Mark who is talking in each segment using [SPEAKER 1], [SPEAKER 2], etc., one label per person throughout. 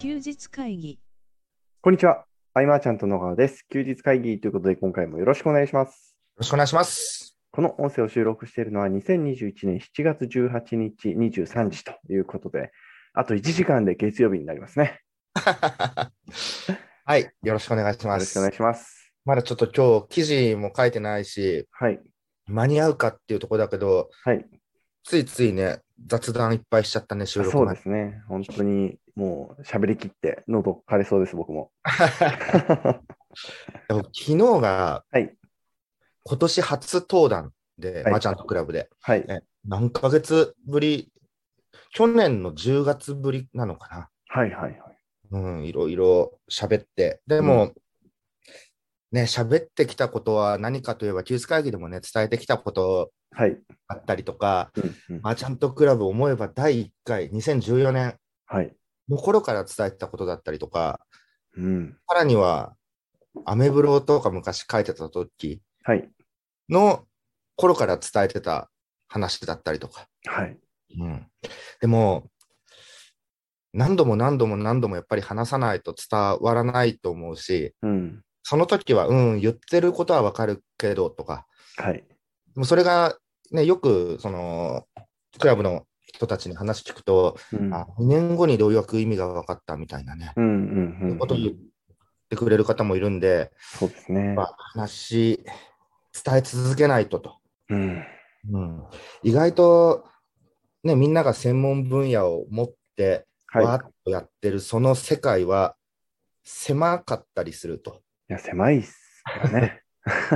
[SPEAKER 1] 休日会議
[SPEAKER 2] こんにちは。アイマーちゃんと野川です。休日会議ということで、今回もよろしくお願いします。
[SPEAKER 3] よろしくお願いします。
[SPEAKER 2] この音声を収録しているのは2021年7月18日23時ということで、あと1時間で月曜日になりますね。
[SPEAKER 3] はい、よろしくお願いし
[SPEAKER 2] よ
[SPEAKER 3] ま
[SPEAKER 2] ろしくお
[SPEAKER 3] す
[SPEAKER 2] 願い。します。
[SPEAKER 3] まだちょっと今日記事も書いてないし、
[SPEAKER 2] はい。
[SPEAKER 3] 間に合うかっていうところだけど、
[SPEAKER 2] はい。
[SPEAKER 3] ついついね、雑談いっぱいしちゃったね、収録
[SPEAKER 2] そう
[SPEAKER 3] 前
[SPEAKER 2] ですね。本当にもう喋りきって喉枯れそうです、僕も。
[SPEAKER 3] でも昨日が、
[SPEAKER 2] はい
[SPEAKER 3] 今年初登壇で、
[SPEAKER 2] はい
[SPEAKER 3] マーチャントクラブで、
[SPEAKER 2] はい。
[SPEAKER 3] 何ヶ月ぶり、去年の10月ぶりなのか
[SPEAKER 2] はいはいはい。
[SPEAKER 3] な。うん、いろいろ喋って。でも、ね、喋ってきたことは何かといえば、休日会議でもね、伝えてきたこと
[SPEAKER 2] はい。
[SPEAKER 3] あったりとか、
[SPEAKER 2] うんうん
[SPEAKER 3] マーチャントクラブ思えば第1回、2014年
[SPEAKER 2] はい。
[SPEAKER 3] の頃から伝えてたことだったりとか、
[SPEAKER 2] うん。
[SPEAKER 3] さらには、アメブロとか昔書いてた時
[SPEAKER 2] はい。
[SPEAKER 3] の頃から伝えてた話だったりとか。
[SPEAKER 2] はい。
[SPEAKER 3] うん、でも、何度も何度も何度もやっぱり話さないと伝わらないと思うし、
[SPEAKER 2] うん。
[SPEAKER 3] その時は、うん、言ってることはわかるけどとか、
[SPEAKER 2] はい。
[SPEAKER 3] でもそれが、ね、よく、その、クラブの人たちに話聞くと、
[SPEAKER 2] うん。
[SPEAKER 3] あ2年後にどういう意味が分かったみたいなね、
[SPEAKER 2] うんうんうんうん
[SPEAKER 3] ことを言ってくれる方もいるんで、
[SPEAKER 2] そうですね
[SPEAKER 3] ま。あ、話、伝え続けないとと。
[SPEAKER 2] うん。
[SPEAKER 3] うん、意外と、ね、みんなが専門分野を持って、わ
[SPEAKER 2] はい
[SPEAKER 3] ーっとやってるその世界は狭かったりすると。
[SPEAKER 2] いや、狭いっすよね。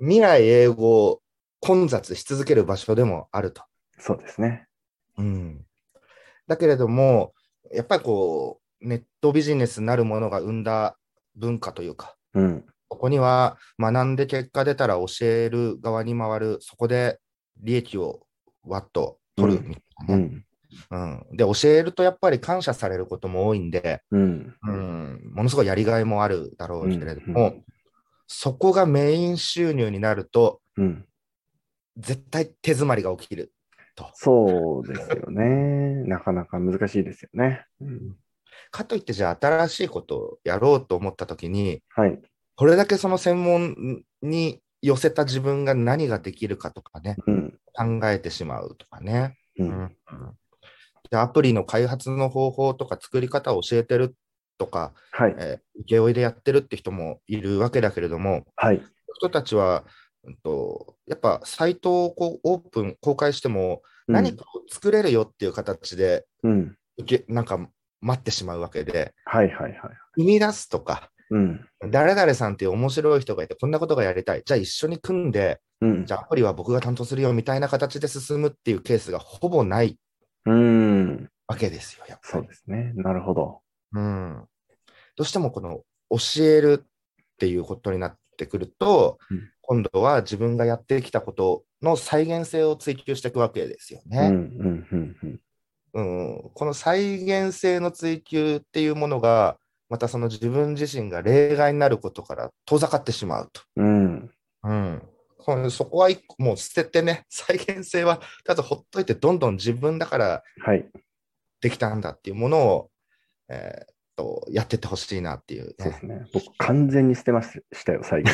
[SPEAKER 3] 未来英語、混雑し続ける場所でもあると。
[SPEAKER 2] そうですね。
[SPEAKER 3] うん、だけれども、やっぱりこう、ネットビジネスなるものが生んだ文化というか、
[SPEAKER 2] うん。
[SPEAKER 3] ここには学んで結果出たら教える側に回る、そこで利益をわっと取るみたいな
[SPEAKER 2] う
[SPEAKER 3] ね、
[SPEAKER 2] ん。
[SPEAKER 3] うんで、教えるとやっぱり感謝されることも多いんで、
[SPEAKER 2] うん。
[SPEAKER 3] うん、ものすごいやりがいもあるだろうけれど
[SPEAKER 2] うん
[SPEAKER 3] も、そこがメイン収入になると、
[SPEAKER 2] うん。
[SPEAKER 3] 絶対手詰まりが起きる。
[SPEAKER 2] そうですよね。なかなか難しいですよね。うん
[SPEAKER 3] かといって、じゃあ新しいことをやろうと思ったときに、
[SPEAKER 2] はい。
[SPEAKER 3] これだけその専門に寄せた自分が何ができるかとかね、
[SPEAKER 2] うん。
[SPEAKER 3] 考えてしまうとかね。
[SPEAKER 2] う。
[SPEAKER 3] うんんでアプリの開発の方法とか作り方を教えてるとか、
[SPEAKER 2] はい。
[SPEAKER 3] えー請負いでやってるって人もいるわけだけれども、
[SPEAKER 2] はい。
[SPEAKER 3] 人たちは、うんと、やっぱサイトをこうオープン、公開しても、
[SPEAKER 2] うん
[SPEAKER 3] 何かを作れるよっていう形で
[SPEAKER 2] うん。
[SPEAKER 3] 受け、なんか待ってしまうわけで、
[SPEAKER 2] はいはいはい。
[SPEAKER 3] 生み出すとか、
[SPEAKER 2] うん。
[SPEAKER 3] 誰々さんっていう面白い人がいて、こんなことがやりたい、じゃあ一緒に組んで、
[SPEAKER 2] うん
[SPEAKER 3] じ。ゃあアプリは僕が担当するよみたいな形で進むっていうケースがほぼない
[SPEAKER 2] うん。
[SPEAKER 3] わけですよ、やっぱり
[SPEAKER 2] そうですね。なるほど。
[SPEAKER 3] うんどうしてもこの教えるっていうことになってくると、
[SPEAKER 2] うん
[SPEAKER 3] 今度は自分がやってきたことの再現性を追求していくわけですよ
[SPEAKER 2] うん。う
[SPEAKER 3] ね。
[SPEAKER 2] ん。うん。うん
[SPEAKER 3] うんこの再現性の追求っていうものが、またその自分自身が例外になることから遠ざかってしまうと。
[SPEAKER 2] うん。
[SPEAKER 3] うんこのそこは一個もう捨ててね、 再現性は、ただほっといて、どんどん自分だから
[SPEAKER 2] はい。
[SPEAKER 3] できたんだっていうものを、えーっとやってってほしいなっていう、ね。
[SPEAKER 2] そうですね。僕、完全に捨てましたよ、最後。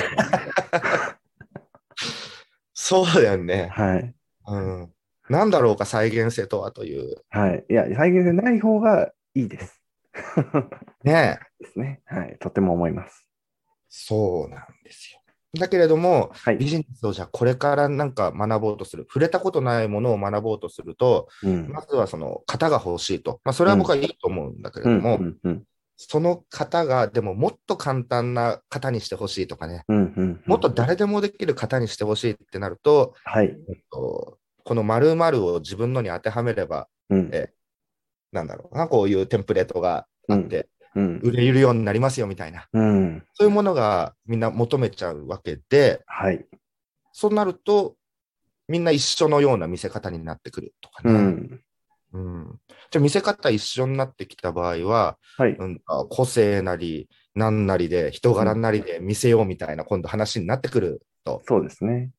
[SPEAKER 3] そうだよ ね。
[SPEAKER 2] はい。
[SPEAKER 3] うん。なんだろうか、再現性とはという。
[SPEAKER 2] はい。いや、再現性ない方がいいです。
[SPEAKER 3] ねえ。
[SPEAKER 2] ですね。はい。とても思います。
[SPEAKER 3] そうなんですよ。だけれども、
[SPEAKER 2] は
[SPEAKER 3] ビ
[SPEAKER 2] い。
[SPEAKER 3] ジネスをじゃあこれからなんか学ぼうとする、触れたことないものを学ぼうとすると、
[SPEAKER 2] うん。
[SPEAKER 3] まずはその型が欲しいと。まあ、それは僕はいいと思うんだけ
[SPEAKER 2] う
[SPEAKER 3] れど
[SPEAKER 2] ん。う
[SPEAKER 3] も、
[SPEAKER 2] ん。うん。
[SPEAKER 3] その型が、でももっと簡単な型にしてほしいとかね、
[SPEAKER 2] うんうん。
[SPEAKER 3] もっと誰でもできる型にしてほしいってなると、
[SPEAKER 2] はい。
[SPEAKER 3] えっとこの〇〇を自分のに当てはめれば、
[SPEAKER 2] うん。
[SPEAKER 3] えなんだろうな、こういうテンプレートがあって、
[SPEAKER 2] うん。
[SPEAKER 3] 売れるようになりますよみたいな、
[SPEAKER 2] うん。
[SPEAKER 3] そういうものがみんな求めちゃうわけで、
[SPEAKER 2] はい。
[SPEAKER 3] そうなると、みんな一緒のような見せ方になってくるとか
[SPEAKER 2] う
[SPEAKER 3] ね。
[SPEAKER 2] ん。
[SPEAKER 3] うんじゃあ、見せ方一緒になってきた場合は、
[SPEAKER 2] はい。
[SPEAKER 3] うん、あ個性なり、なんなりで、人柄なりで見せようみたいな、今度話になってくると。
[SPEAKER 2] そうですね。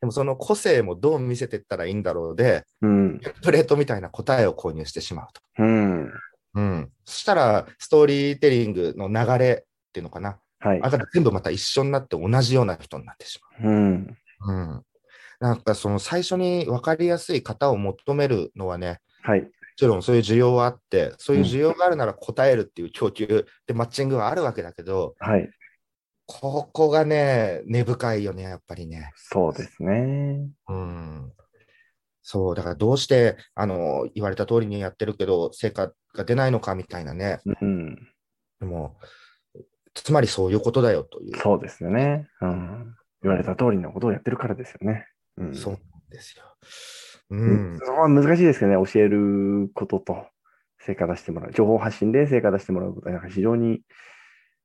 [SPEAKER 3] でも、その個性もどう見せていったらいいんだろうで、
[SPEAKER 2] うん。
[SPEAKER 3] プレートみたいな答えを購入してしまうと。
[SPEAKER 2] うん。
[SPEAKER 3] うん。そしたら、ストーリーテリングの流れっていうのかな。
[SPEAKER 2] はい
[SPEAKER 3] あ。が全部また一緒になって同じような人になってし
[SPEAKER 2] うん。
[SPEAKER 3] まう。うん。なんかその最初に分かりやすい型を求めるのはね、
[SPEAKER 2] はい。
[SPEAKER 3] もちろんそういう需要はあって、そういう需要があるなら答えるっていう供給でマッチングはあるわけだけど、
[SPEAKER 2] はい。
[SPEAKER 3] ここがね、根深いよね、やっぱりね。
[SPEAKER 2] そうですね。
[SPEAKER 3] うん。そう、だからどうして、あの、言われた通りにやってるけど、成果が出ないのかみたいなね。
[SPEAKER 2] うん。
[SPEAKER 3] でも、つまりそういうことだよという。
[SPEAKER 2] そうですよね。うん。言われた通りのことをやってるからですよね。うん。
[SPEAKER 3] そうなんですよ。う
[SPEAKER 2] うん
[SPEAKER 3] ん。
[SPEAKER 2] そこは難しいですけどね、教えることと、成果出してもらう、情報発信で成果出してもらうことは、なんか非常に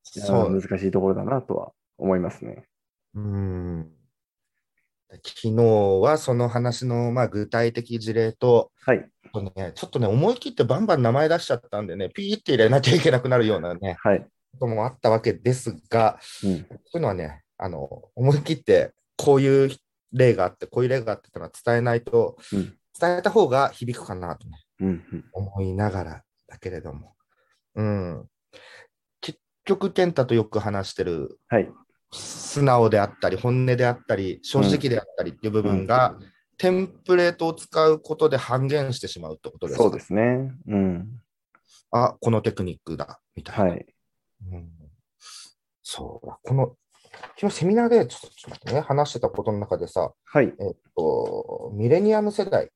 [SPEAKER 3] そ
[SPEAKER 2] あ
[SPEAKER 3] う
[SPEAKER 2] の。難しいところだなとは思いますね。
[SPEAKER 3] うん。昨日はその話の、まあ、具体的事例と、
[SPEAKER 2] はい、
[SPEAKER 3] ちょっとね、ちょっとね、思い切ってバンバン名前出しちゃったんでね、ピーって入れなきゃいけなくなるようなね、
[SPEAKER 2] はい。
[SPEAKER 3] こともあったわけですが、
[SPEAKER 2] うん、
[SPEAKER 3] そういうのはね、あの、思い切って、こういう例があって、こういう例があってってのは伝えないと、
[SPEAKER 2] うん
[SPEAKER 3] 伝えた方が響くかなとね、
[SPEAKER 2] うん、うん。
[SPEAKER 3] 思いながらだけれども。うん。結局、健太とよく話してる、
[SPEAKER 2] はい。
[SPEAKER 3] 素直であったり、本音であったり、正直であったりっていう部分が、テンプレートを使うことで半減してしまうってことですか
[SPEAKER 2] そうですね。うん。
[SPEAKER 3] あ、このテクニックだ、みたいな。
[SPEAKER 2] はい。
[SPEAKER 3] うんそう、この、昨日セミナーでちょっとちょっと待ってね、話してたことの中でさ、
[SPEAKER 2] はい。
[SPEAKER 3] えっと、ミレニアム世代、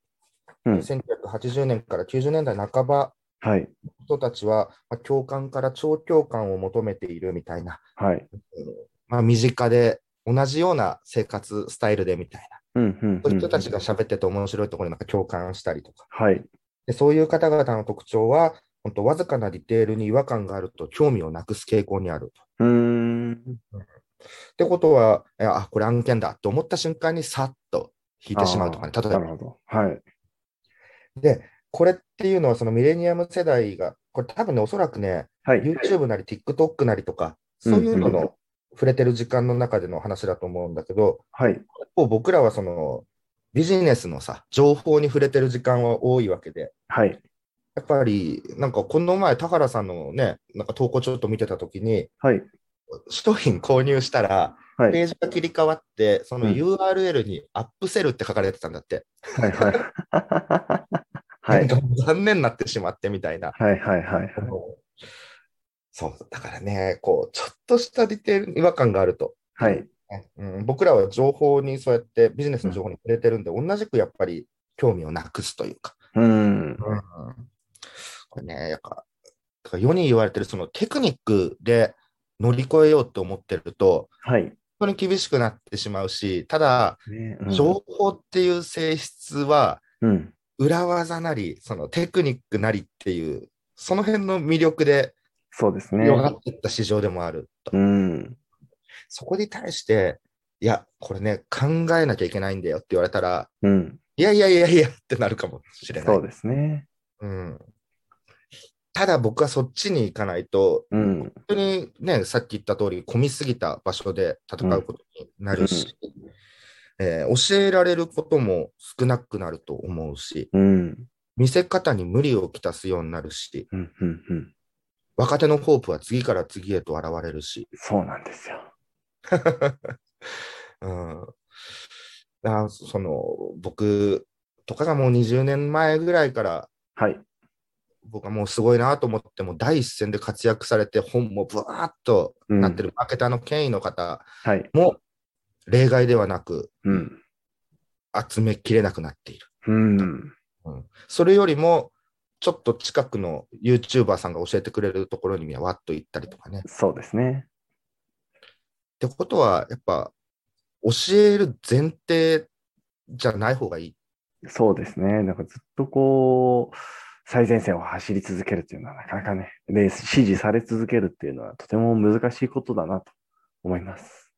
[SPEAKER 2] うん。
[SPEAKER 3] 1980年から90年代半ば
[SPEAKER 2] はい。
[SPEAKER 3] の人たちは、まあ、共感から超共感を求めているみたいな、
[SPEAKER 2] はい。
[SPEAKER 3] まあ、身近で同じような生活スタイルでみたいな、
[SPEAKER 2] うん、うん。う
[SPEAKER 3] そういうん人たちが喋ってて面白いところになんか共感したりとか、
[SPEAKER 2] はい。
[SPEAKER 3] でそういう方々の特徴は、本当、わずかなディテールに違和感があると興味をなくす傾向にある。
[SPEAKER 2] うーん。
[SPEAKER 3] ってことは、えあ、これ案件だと思った瞬間にさっと引いてしまうとかね、
[SPEAKER 2] あー
[SPEAKER 3] 例え
[SPEAKER 2] な
[SPEAKER 3] ば。
[SPEAKER 2] るほど。はい。
[SPEAKER 3] で、これっていうのは、そのミレニアム世代が、これ多分ね、おそらくね、
[SPEAKER 2] はい。
[SPEAKER 3] YouTube なり TikTok なりとか、そういうの
[SPEAKER 2] うんうん
[SPEAKER 3] の触れてる時間の中での話だと思うんだけど、
[SPEAKER 2] はい。
[SPEAKER 3] 結構僕らはそのビジネスのさ、情報に触れてる時間は多いわけで、
[SPEAKER 2] はい。
[SPEAKER 3] やっぱり、なんかこの前、田原さんのね、なんか投稿ちょっと見てたときに、
[SPEAKER 2] はい。
[SPEAKER 3] 商品購入したら、
[SPEAKER 2] はい。はい
[SPEAKER 3] ページが切り替わって、その
[SPEAKER 2] うん
[SPEAKER 3] URL にアップセルって書かれてたんだって、
[SPEAKER 2] はい。は
[SPEAKER 3] ないん。か残念になってしまってみたいな。
[SPEAKER 2] はい。はい。はい。
[SPEAKER 3] そう、だからね、こう、ちょっとしたディテールに違和感があると、
[SPEAKER 2] はい。
[SPEAKER 3] ねうん、僕らは情報にそうやってビジネスの情報に触れてるんで、同じくやっぱり興味をなくすというか。
[SPEAKER 2] うん。
[SPEAKER 3] これね、やっぱ、だから世に言われてるそのテクニックで乗り越えようと思ってると、
[SPEAKER 2] はい。
[SPEAKER 3] 本当に厳しくなってしまうし、ただ、
[SPEAKER 2] ねうん
[SPEAKER 3] 情報っていう性質は、
[SPEAKER 2] うん。
[SPEAKER 3] 裏技なり、そのテクニックなりっていう、その辺の魅力で
[SPEAKER 2] そうですね。
[SPEAKER 3] 広がっていった市場でもあると。
[SPEAKER 2] うん。
[SPEAKER 3] そこに対して、いや、これね、考えなきゃいけないんだよって言われたら、
[SPEAKER 2] うん。
[SPEAKER 3] いやいやいやいやってなるかもしれない。
[SPEAKER 2] そうですね。
[SPEAKER 3] うん、ただ僕はそっちに行かないと、
[SPEAKER 2] うん。
[SPEAKER 3] 本当にね、さっき言った通り、混みすぎた場所で戦うことになるし、えー教えられることも少なくなると思うし、
[SPEAKER 2] うん。
[SPEAKER 3] 見せ方に無理をきたすようになるし、
[SPEAKER 2] うん。うん。うん。
[SPEAKER 3] 若手のホープは次から次へと現れるし。
[SPEAKER 2] そうなんですよ。
[SPEAKER 3] うん、だからその僕とかがもう20年前ぐらいから
[SPEAKER 2] はい。
[SPEAKER 3] 僕はもうすごいなと思ってもう第一線で活躍されて本もブワーッとなってるマーケターの権威の方
[SPEAKER 2] はい。
[SPEAKER 3] も例外ではなく
[SPEAKER 2] うん。
[SPEAKER 3] 集めきれなくなっている。
[SPEAKER 2] うん。
[SPEAKER 3] うん、それよりもちょっと近くの YouTuber さんが教えてくれるところにみんなわっと行ったりとかね。
[SPEAKER 2] そうですね。
[SPEAKER 3] ってことは、やっぱ、教える前提じゃない方がいい。
[SPEAKER 2] そうですね。なんかずっとこう、最前線を走り続けるっていうのはなかなかね、で支持され続けるっていうのはとても難しいことだなと思います。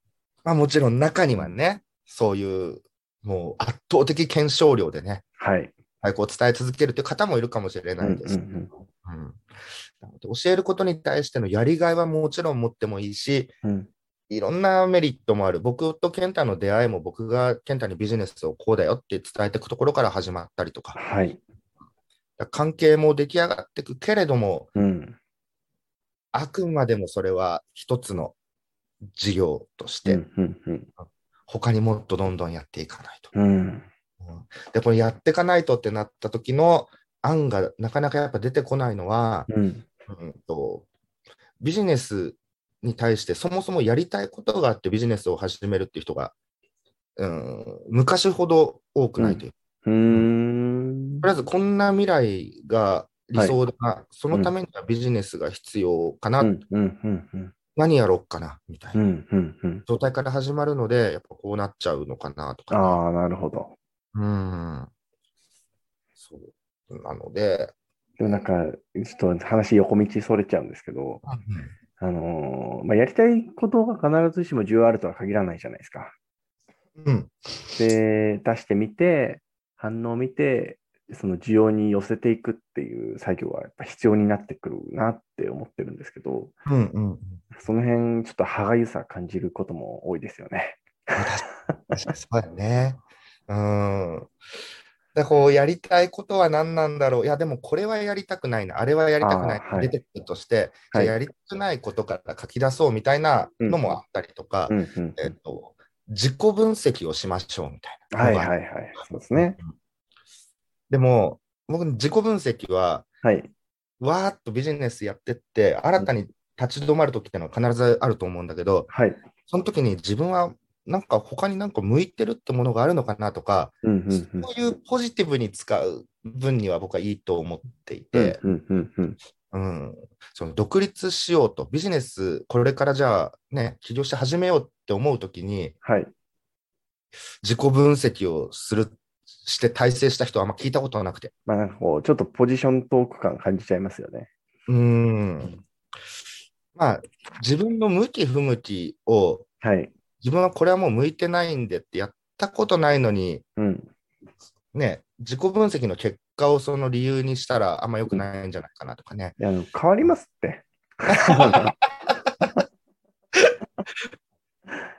[SPEAKER 3] まあもちろん中にはね、そういう、もう圧倒的検証量でね、
[SPEAKER 2] はい。
[SPEAKER 3] はい、こう伝え続けるという方もいるかもしれ
[SPEAKER 2] う
[SPEAKER 3] なんいです。
[SPEAKER 2] うんうん
[SPEAKER 3] うんなので教えることに対してのやりがいはもちろん持ってもいいし、
[SPEAKER 2] うん
[SPEAKER 3] いろんなメリットもある。僕と健太の出会いも僕が健太にビジネスをこうだよって伝えていくところから始まったりとか、
[SPEAKER 2] はい。
[SPEAKER 3] だから関係も出来上がってくけれども、
[SPEAKER 2] うん。
[SPEAKER 3] あくまでもそれは一つの事業とし
[SPEAKER 2] う
[SPEAKER 3] て、
[SPEAKER 2] ん。うん。
[SPEAKER 3] 他にもっとどんどんやっていかないと。
[SPEAKER 2] うん。
[SPEAKER 3] で、これやっていかないとってなった時の案がなかなかやっぱ出てこないのは、
[SPEAKER 2] うん。
[SPEAKER 3] うんと、ビジネスに対してそもそもやりたいことがあってビジネスを始めるっていう人が、うん、昔ほど多くないという、
[SPEAKER 2] うーん
[SPEAKER 3] とりあえずこんな未来が理想だな、そのためにはビジネスが必要かな、
[SPEAKER 2] うん。うん。うん。うん。
[SPEAKER 3] 何やろうかなみたいな
[SPEAKER 2] うん。うん。うん。
[SPEAKER 3] 状態から始まるので、やっぱこうなっちゃうのかなとか、
[SPEAKER 2] ああ、なるほど。
[SPEAKER 3] うん、そうなので、
[SPEAKER 2] でもなんか、ちょっと話横道それちゃうんですけど、あのーまあ、やりたいことが必ずしも重要あるとは限らないじゃないですか。
[SPEAKER 3] うん、
[SPEAKER 2] で、出してみて、反応を見て、その需要に寄せていくっていう作業はやっぱ必要になってくるなって思ってるんですけど、
[SPEAKER 3] うん、うん、うん
[SPEAKER 2] その辺ちょっと歯がゆさ感じることも多いですよね。
[SPEAKER 3] 確かにそうだよね。うん。で、こう、やりたいことは何なんだろう。いや、でもこれはやりたくないな。あれはやりたくない
[SPEAKER 2] あーはい
[SPEAKER 3] 出てくるとして、
[SPEAKER 2] はい
[SPEAKER 3] じゃあやりたくないことから書き出そうみたいなのもあったりとか、
[SPEAKER 2] うんうん
[SPEAKER 3] えっと、自己分析をしましょうみたいな
[SPEAKER 2] は
[SPEAKER 3] の
[SPEAKER 2] い
[SPEAKER 3] が。
[SPEAKER 2] はいはい。そうですね。
[SPEAKER 3] うん。でも、僕、自己分析は、
[SPEAKER 2] はい。
[SPEAKER 3] わーっとビジネスやってって、新たに立ち止まるときってのは必ずあると思うんだけど、
[SPEAKER 2] はい。
[SPEAKER 3] その時に自分はなんか他になんか向いてるってものがあるのかなとか、
[SPEAKER 2] うんうんうん
[SPEAKER 3] そういうポジティブに使う分には僕はいいと思っていて、
[SPEAKER 2] うんうんうん
[SPEAKER 3] うんその独立しようと、ビジネス、これからじゃあね、起業して始めようって思う時に、
[SPEAKER 2] はい。
[SPEAKER 3] 自己分析をする、して体制した人はあんま聞いたことはなくて。
[SPEAKER 2] まあなんかこう、ちょっとポジショントーク感感じちゃいますよね。
[SPEAKER 3] うん。まあ、自分の向き不向きを、
[SPEAKER 2] はい。
[SPEAKER 3] 自分はこれはもう向いてないんでってやったことないのに、
[SPEAKER 2] うん。
[SPEAKER 3] ね、自己分析の結果をその理由にしたらあんま良くないんじゃないかなとかね。
[SPEAKER 2] いやあの変わりますって。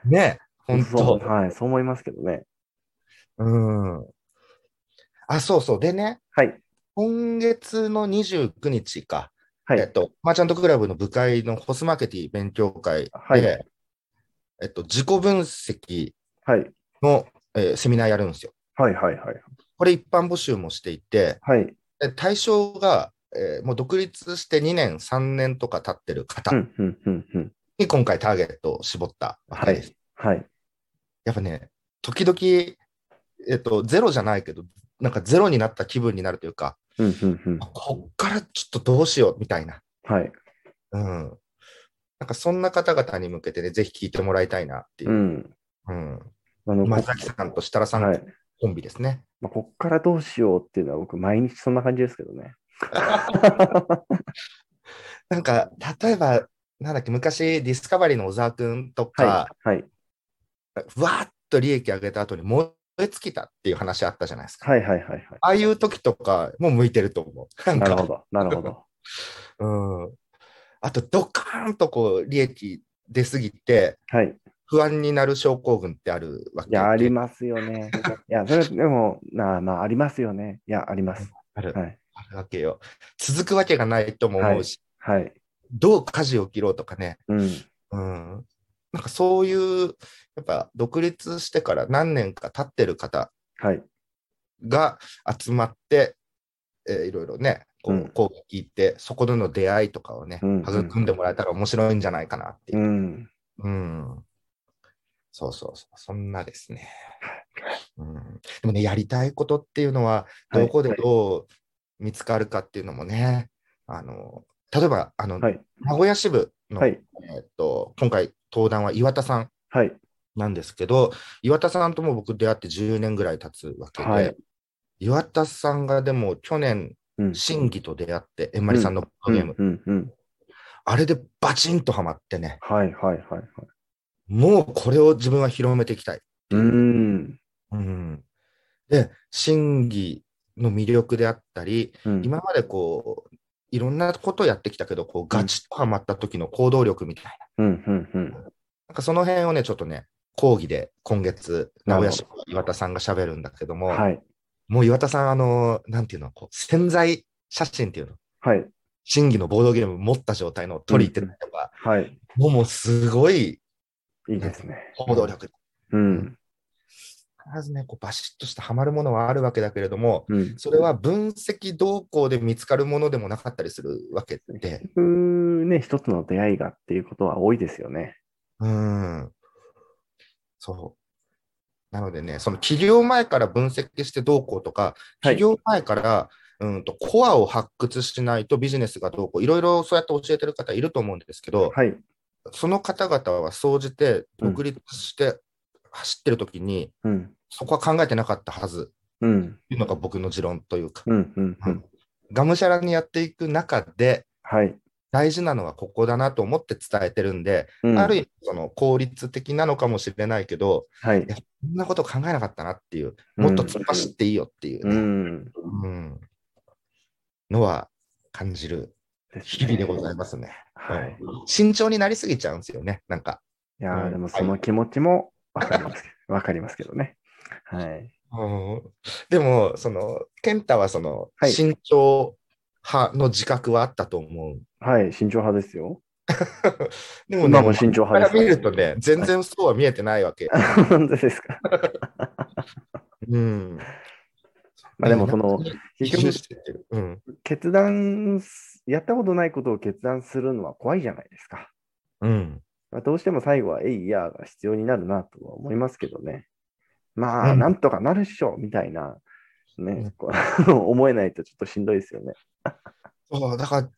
[SPEAKER 3] ね、 本
[SPEAKER 2] そう
[SPEAKER 3] 当。
[SPEAKER 2] はい。そう思いますけどね。
[SPEAKER 3] うん。あ、そうそう。でね、
[SPEAKER 2] はい。
[SPEAKER 3] 今月の29日か、
[SPEAKER 2] は
[SPEAKER 3] えっ
[SPEAKER 2] い。
[SPEAKER 3] と、マーチャントクラブの部会のホスマーケティ勉強会で、
[SPEAKER 2] はい
[SPEAKER 3] えっと、自己分析
[SPEAKER 2] はい。
[SPEAKER 3] の、えーセミナーやるんですよ。
[SPEAKER 2] はい。はい。はい。
[SPEAKER 3] これ一般募集もしていて、
[SPEAKER 2] はい。
[SPEAKER 3] で対象が、えーもう独立して2年、3年とか経ってる
[SPEAKER 2] う
[SPEAKER 3] 方
[SPEAKER 2] ん。うん。うん。うん。
[SPEAKER 3] に今回ターゲットを絞ったわけです。
[SPEAKER 2] はい。
[SPEAKER 3] やっぱね、時々、えっと、ゼロじゃないけど、なんかゼロになった気分になるというか、
[SPEAKER 2] うん。うん。うん。
[SPEAKER 3] こっからちょっとどうしようみたいな。
[SPEAKER 2] はい。
[SPEAKER 3] うん。なんかそんな方々に向けてね、ぜひ聞いてもらいたいなっていうう。
[SPEAKER 2] ん。
[SPEAKER 3] うん。
[SPEAKER 2] あの、
[SPEAKER 3] 松崎さんと設楽さん
[SPEAKER 2] は
[SPEAKER 3] の
[SPEAKER 2] い。
[SPEAKER 3] コンビですね。
[SPEAKER 2] まあ、こっからどうしようっていうのは僕、毎日そんな感じですけど ね。
[SPEAKER 3] なんか、例えば、なんだっけ、昔、ディスカバリーの小沢くんとか
[SPEAKER 2] は、い。はい。
[SPEAKER 3] わーっと利益上げた後に燃え尽きたっていう話あったじゃないですか。
[SPEAKER 2] はい。はい。はい。は。
[SPEAKER 3] ああいう時とかも向いてると思う。ないん
[SPEAKER 2] な
[SPEAKER 3] か
[SPEAKER 2] るほど。なるほど。
[SPEAKER 3] うんあと、ドカーンとこう、利益出すぎて、
[SPEAKER 2] はい。
[SPEAKER 3] 不安になる症候群ってあるわけ
[SPEAKER 2] いや、ありますよね。いや、それ、でも、なあまあ、ありますよね。いや、あります。
[SPEAKER 3] ある
[SPEAKER 2] はい。
[SPEAKER 3] あるわけよ。続くわけがないとも思うし、
[SPEAKER 2] はい。
[SPEAKER 3] どう舵を切ろうとかね。
[SPEAKER 2] うん。
[SPEAKER 3] うん。なんかそういう、やっぱ独立してから何年か経ってる方
[SPEAKER 2] はい。
[SPEAKER 3] が集まって、えーいろいろね、こ
[SPEAKER 2] うん
[SPEAKER 3] う、こう聞いて、そこでの出会いとかをね、
[SPEAKER 2] うん
[SPEAKER 3] 育んでもらえたら面白いんじゃないかなっていう
[SPEAKER 2] う。ん。
[SPEAKER 3] うん。そうそうそう、そんなですね。うん、でもね、やりたいことっていうのは、
[SPEAKER 2] はい
[SPEAKER 3] どこでどう見つかるかっていうのもね、あの例えばあの、
[SPEAKER 2] はい。
[SPEAKER 3] 名古屋支部の、
[SPEAKER 2] はい。
[SPEAKER 3] えーっと今回、登壇は岩田さん
[SPEAKER 2] はい。
[SPEAKER 3] なんですけど、岩田さんとも僕、出会って10年ぐらい経つわけで、
[SPEAKER 2] はい
[SPEAKER 3] 岩田さんがでも去年、
[SPEAKER 2] うん。
[SPEAKER 3] 審議と出会って、えんまりさんのボードゲーム、
[SPEAKER 2] うんうんうん。
[SPEAKER 3] あれでバチンとハマってね、
[SPEAKER 2] はいはいはいはい。
[SPEAKER 3] もうこれを自分は広めていきたい。
[SPEAKER 2] うん。
[SPEAKER 3] うん、で、審議の魅力であったり、
[SPEAKER 2] うん
[SPEAKER 3] 今までこう、いろんなことをやってきたけど、こうガチッとハマった時の行動力みたいな、
[SPEAKER 2] うんうんうん。
[SPEAKER 3] なんかその辺をね、ちょっとね、講義で今月、名古屋市
[SPEAKER 2] な
[SPEAKER 3] の岩田さんがしゃべるんだけども、
[SPEAKER 2] はい。
[SPEAKER 3] もう岩田さん、あの、なんていうの、こう潜在写真っていうの、
[SPEAKER 2] はい。
[SPEAKER 3] 真偽のボードゲーム持った状態の取り入ってたりとか、
[SPEAKER 2] はい。
[SPEAKER 3] もうもうすごい
[SPEAKER 2] いいですね。
[SPEAKER 3] 行動力。
[SPEAKER 2] うん。
[SPEAKER 3] 必ずね、こうバシッとしたハマるものはあるわけだけれども、
[SPEAKER 2] うん。
[SPEAKER 3] それは分析動向で見つかるものでもなかったりするわけで、
[SPEAKER 2] うーんね、一つの出会いがっていうことは多いですよね。
[SPEAKER 3] うん。そう。なのでね、その起業前から分析してどうこうとか、
[SPEAKER 2] はい
[SPEAKER 3] 起業前から、うんとコアを発掘しないとビジネスがどうこう、いろいろそうやって教えてる方いると思うんですけど、
[SPEAKER 2] はい。
[SPEAKER 3] その方々は総じて独立して走ってる時に、
[SPEAKER 2] うん。
[SPEAKER 3] そこは考えてなかったはず
[SPEAKER 2] うん。
[SPEAKER 3] というのが僕の持論というか、
[SPEAKER 2] うん。うん。うん。
[SPEAKER 3] がむしゃらにやっていく中で、
[SPEAKER 2] はい。
[SPEAKER 3] 大事なのはここだなと思って伝えてるんで、ある意
[SPEAKER 2] い
[SPEAKER 3] 味その効率的なのかもしれないけど、
[SPEAKER 2] はい
[SPEAKER 3] や。そんなこと考えなかったなっていう、もっと突っ走っていいよっていう
[SPEAKER 2] う
[SPEAKER 3] ね、
[SPEAKER 2] ん。
[SPEAKER 3] うんのは感じる日々でござい
[SPEAKER 2] すね。
[SPEAKER 3] ますね。
[SPEAKER 2] はい。
[SPEAKER 3] 慎重になりすぎちゃうんですよね、なんか。
[SPEAKER 2] いや
[SPEAKER 3] う
[SPEAKER 2] ー
[SPEAKER 3] ん
[SPEAKER 2] でもその気持ちもわかりますけど、わかりますけどね。はい。
[SPEAKER 3] うんでも、その、健太はその、
[SPEAKER 2] はい
[SPEAKER 3] 慎重派の自覚はあったと思う。
[SPEAKER 2] はい、慎重派ですよ。
[SPEAKER 3] でもね、
[SPEAKER 2] 今も慎重
[SPEAKER 3] から
[SPEAKER 2] 派
[SPEAKER 3] 見
[SPEAKER 2] で
[SPEAKER 3] る
[SPEAKER 2] す
[SPEAKER 3] とね、全然そうは見えてないわけ。
[SPEAKER 2] から。 本当です か。
[SPEAKER 3] うん。
[SPEAKER 2] まあでもその、結
[SPEAKER 3] 結局
[SPEAKER 2] 局
[SPEAKER 3] してってる。うん。
[SPEAKER 2] 決断す、やったことないことを決断するのは怖いじゃないですか。
[SPEAKER 3] うん。
[SPEAKER 2] まあ、どうしても最後は、えいやーが必要になるなとは思いますけどね。まあ、
[SPEAKER 3] うん
[SPEAKER 2] なんとかなるっしょ、みたいな、
[SPEAKER 3] うん
[SPEAKER 2] ね、こう 思えないとちょっとしんどいですよね。
[SPEAKER 3] そう、だから、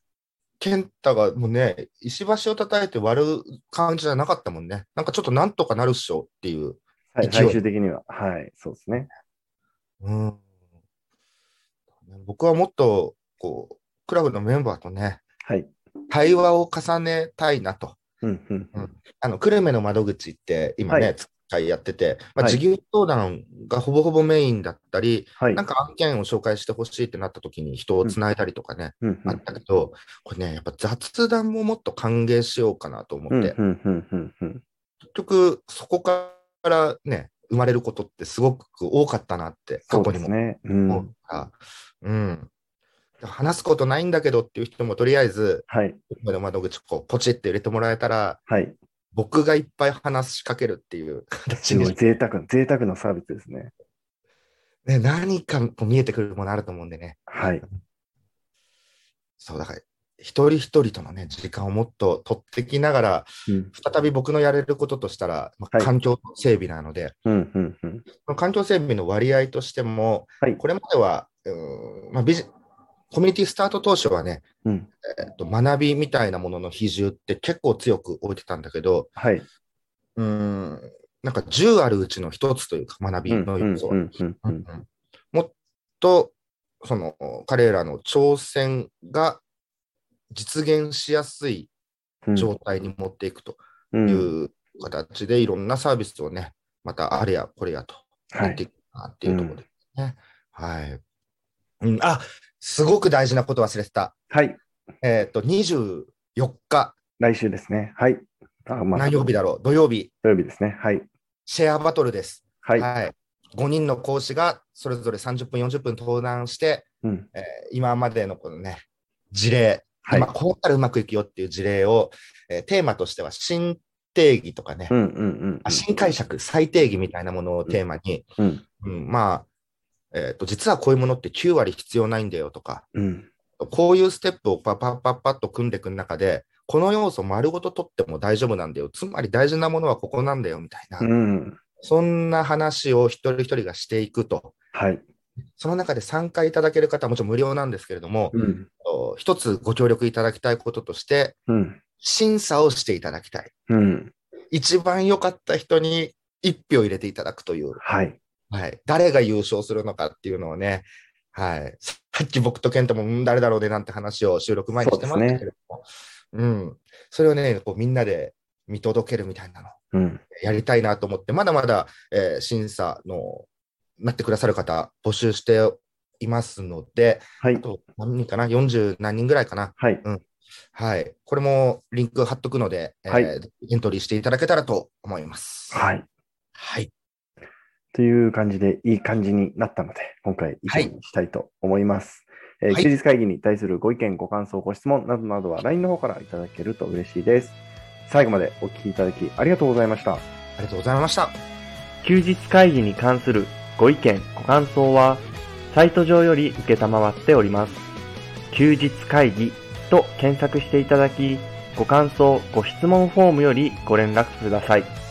[SPEAKER 3] 健太がもうね、石橋を叩いて割る感じじゃなかったもんね。なんかちょっとなんとかなるっしょっていう。
[SPEAKER 2] はい、
[SPEAKER 3] 勢い
[SPEAKER 2] 最終的には。はい、そうですね。
[SPEAKER 3] うん。僕はもっと、こう、クラブのメンバーとね、
[SPEAKER 2] はい。
[SPEAKER 3] 対話を重ねたいなと。
[SPEAKER 2] うん、うん、う
[SPEAKER 3] うんん。あの、クルメの窓口って今
[SPEAKER 2] は
[SPEAKER 3] ね、使いやってて、まあ、
[SPEAKER 2] はい
[SPEAKER 3] 事業相談がほぼほぼメインだったり、
[SPEAKER 2] はい
[SPEAKER 3] なん。か案件を紹介してほしいってなった時に人をつないだりとかね、
[SPEAKER 2] うん、うん
[SPEAKER 3] あったけど、これね、やっぱ雑談ももっと歓迎しようかなと思
[SPEAKER 2] うん、うん
[SPEAKER 3] って、
[SPEAKER 2] うん、うん、うん。
[SPEAKER 3] 結局そこからね、生まれることってすごく多かったなって、
[SPEAKER 2] そ
[SPEAKER 3] 過
[SPEAKER 2] う
[SPEAKER 3] 去
[SPEAKER 2] で
[SPEAKER 3] に
[SPEAKER 2] す
[SPEAKER 3] も
[SPEAKER 2] ね。う。
[SPEAKER 3] 思うんから、うん。話すことないんだけどっていう人もとりあえず、
[SPEAKER 2] はい、
[SPEAKER 3] 僕の窓口こうポチって入れてもらえたら、
[SPEAKER 2] はい。
[SPEAKER 3] 僕がいっぱい話しかけるっていう
[SPEAKER 2] す
[SPEAKER 3] 形
[SPEAKER 2] ごい
[SPEAKER 3] に、
[SPEAKER 2] 贅沢な、贅沢なサービスですね。
[SPEAKER 3] ね、何かこう見えてくるものあると思うんでね。
[SPEAKER 2] はい。
[SPEAKER 3] そう、だから、一人一人とのね、時間をもっと取ってきながら、
[SPEAKER 2] うん、
[SPEAKER 3] 再び僕のやれることとしたら、まあ
[SPEAKER 2] はい
[SPEAKER 3] 環境整備なので、
[SPEAKER 2] うん、うん、うん。
[SPEAKER 3] その環境整備の割合としても、
[SPEAKER 2] はい
[SPEAKER 3] これまでは、うーんまあ、ビジコミュニティスタート当初はね、
[SPEAKER 2] うん、
[SPEAKER 3] えっと、学びみたいなものの比重って結構強く置いてたんだけど、
[SPEAKER 2] はい。
[SPEAKER 3] うーんなんか10あるうちの一つというか、学び
[SPEAKER 2] うん、う
[SPEAKER 3] の
[SPEAKER 2] ん、
[SPEAKER 3] 要素
[SPEAKER 2] う
[SPEAKER 3] は。
[SPEAKER 2] ん、うん、うん。
[SPEAKER 3] うんもっとその彼らの挑戦が実現しやすい
[SPEAKER 2] うん
[SPEAKER 3] 状態に持っていくと
[SPEAKER 2] うん
[SPEAKER 3] いう形で、いろんなサービスをね、またあれやこれやと
[SPEAKER 2] は
[SPEAKER 3] やってい
[SPEAKER 2] い。
[SPEAKER 3] くなっていうところですね。はい。うん、あすごく大事なこと忘れてた。
[SPEAKER 2] はい。
[SPEAKER 3] えっ、と、24日、
[SPEAKER 2] 来週ですね。はい。あ、まあ、
[SPEAKER 3] 何
[SPEAKER 2] 土
[SPEAKER 3] 曜日だろう、土曜日、
[SPEAKER 2] 曜日ですね。はい。
[SPEAKER 3] シェアバトルです。
[SPEAKER 2] はい。
[SPEAKER 3] 5人の講師がそれぞれ30分、40分登壇して、
[SPEAKER 2] うん。
[SPEAKER 3] えー今までのこのね、事例、
[SPEAKER 2] はい
[SPEAKER 3] まあ、こうやったらうまくいくよっていう事例を、えーテーマとしては新定義とかね、
[SPEAKER 2] うんうんうん。
[SPEAKER 3] あ新解釈、再定義みたいなものをテーマに、
[SPEAKER 2] うん。
[SPEAKER 3] うんまあ、えっ、と、実はこういうものって9割必要ないんだよとか、
[SPEAKER 2] うん。
[SPEAKER 3] こういうステップをパッパッパッパッと組んでいく中で、この要素丸ごと取っても大丈夫なんだよ。つまり大事なものはここなんだよ、みたいな。
[SPEAKER 2] うん。
[SPEAKER 3] そんな話を一人一人がしていくと。
[SPEAKER 2] はい。
[SPEAKER 3] その中で参加いただける方はもちろん無料なんですけれども、
[SPEAKER 2] うん。
[SPEAKER 3] お一つご協力いただきたいこととして、
[SPEAKER 2] うん。
[SPEAKER 3] 審査をしていただきたい。
[SPEAKER 2] うん。
[SPEAKER 3] 一番良かった人に一票入れていただくという、
[SPEAKER 2] はい。
[SPEAKER 3] はい、誰が優勝するのかっていうのをね、はい、さっき僕と健太もうん誰だろうねなんて話を収録前にしてましたけれども、うん、それをねこうみんなで見届けるみたいなの
[SPEAKER 2] うん。
[SPEAKER 3] やりたいなと思って、まだまだ、えー審査のなってくださる方募集していますので、
[SPEAKER 2] は
[SPEAKER 3] あ
[SPEAKER 2] い。
[SPEAKER 3] と何人かな、40何人ぐらいかな、
[SPEAKER 2] はい。
[SPEAKER 3] はい。これもリンク貼っとくので、えー
[SPEAKER 2] はい
[SPEAKER 3] エントリーしていただけたらと思います。い。
[SPEAKER 2] はい。
[SPEAKER 3] はい。
[SPEAKER 2] という感じで、いい感じになったので、今回、以上にしたいと思います。えー
[SPEAKER 3] はい
[SPEAKER 2] 休日会議に対するご意見、ご感想、ご質問などなどは LINE の方からいただけると嬉しいです。最後までお聞きいただきありがとうございました。
[SPEAKER 3] りがとうございました。
[SPEAKER 2] 休日会議に関するご意見、ご感想は、サイト上より受けたまわっております。休日会議と検索していただき、ご感想、ご質問フォームよりご連絡ください。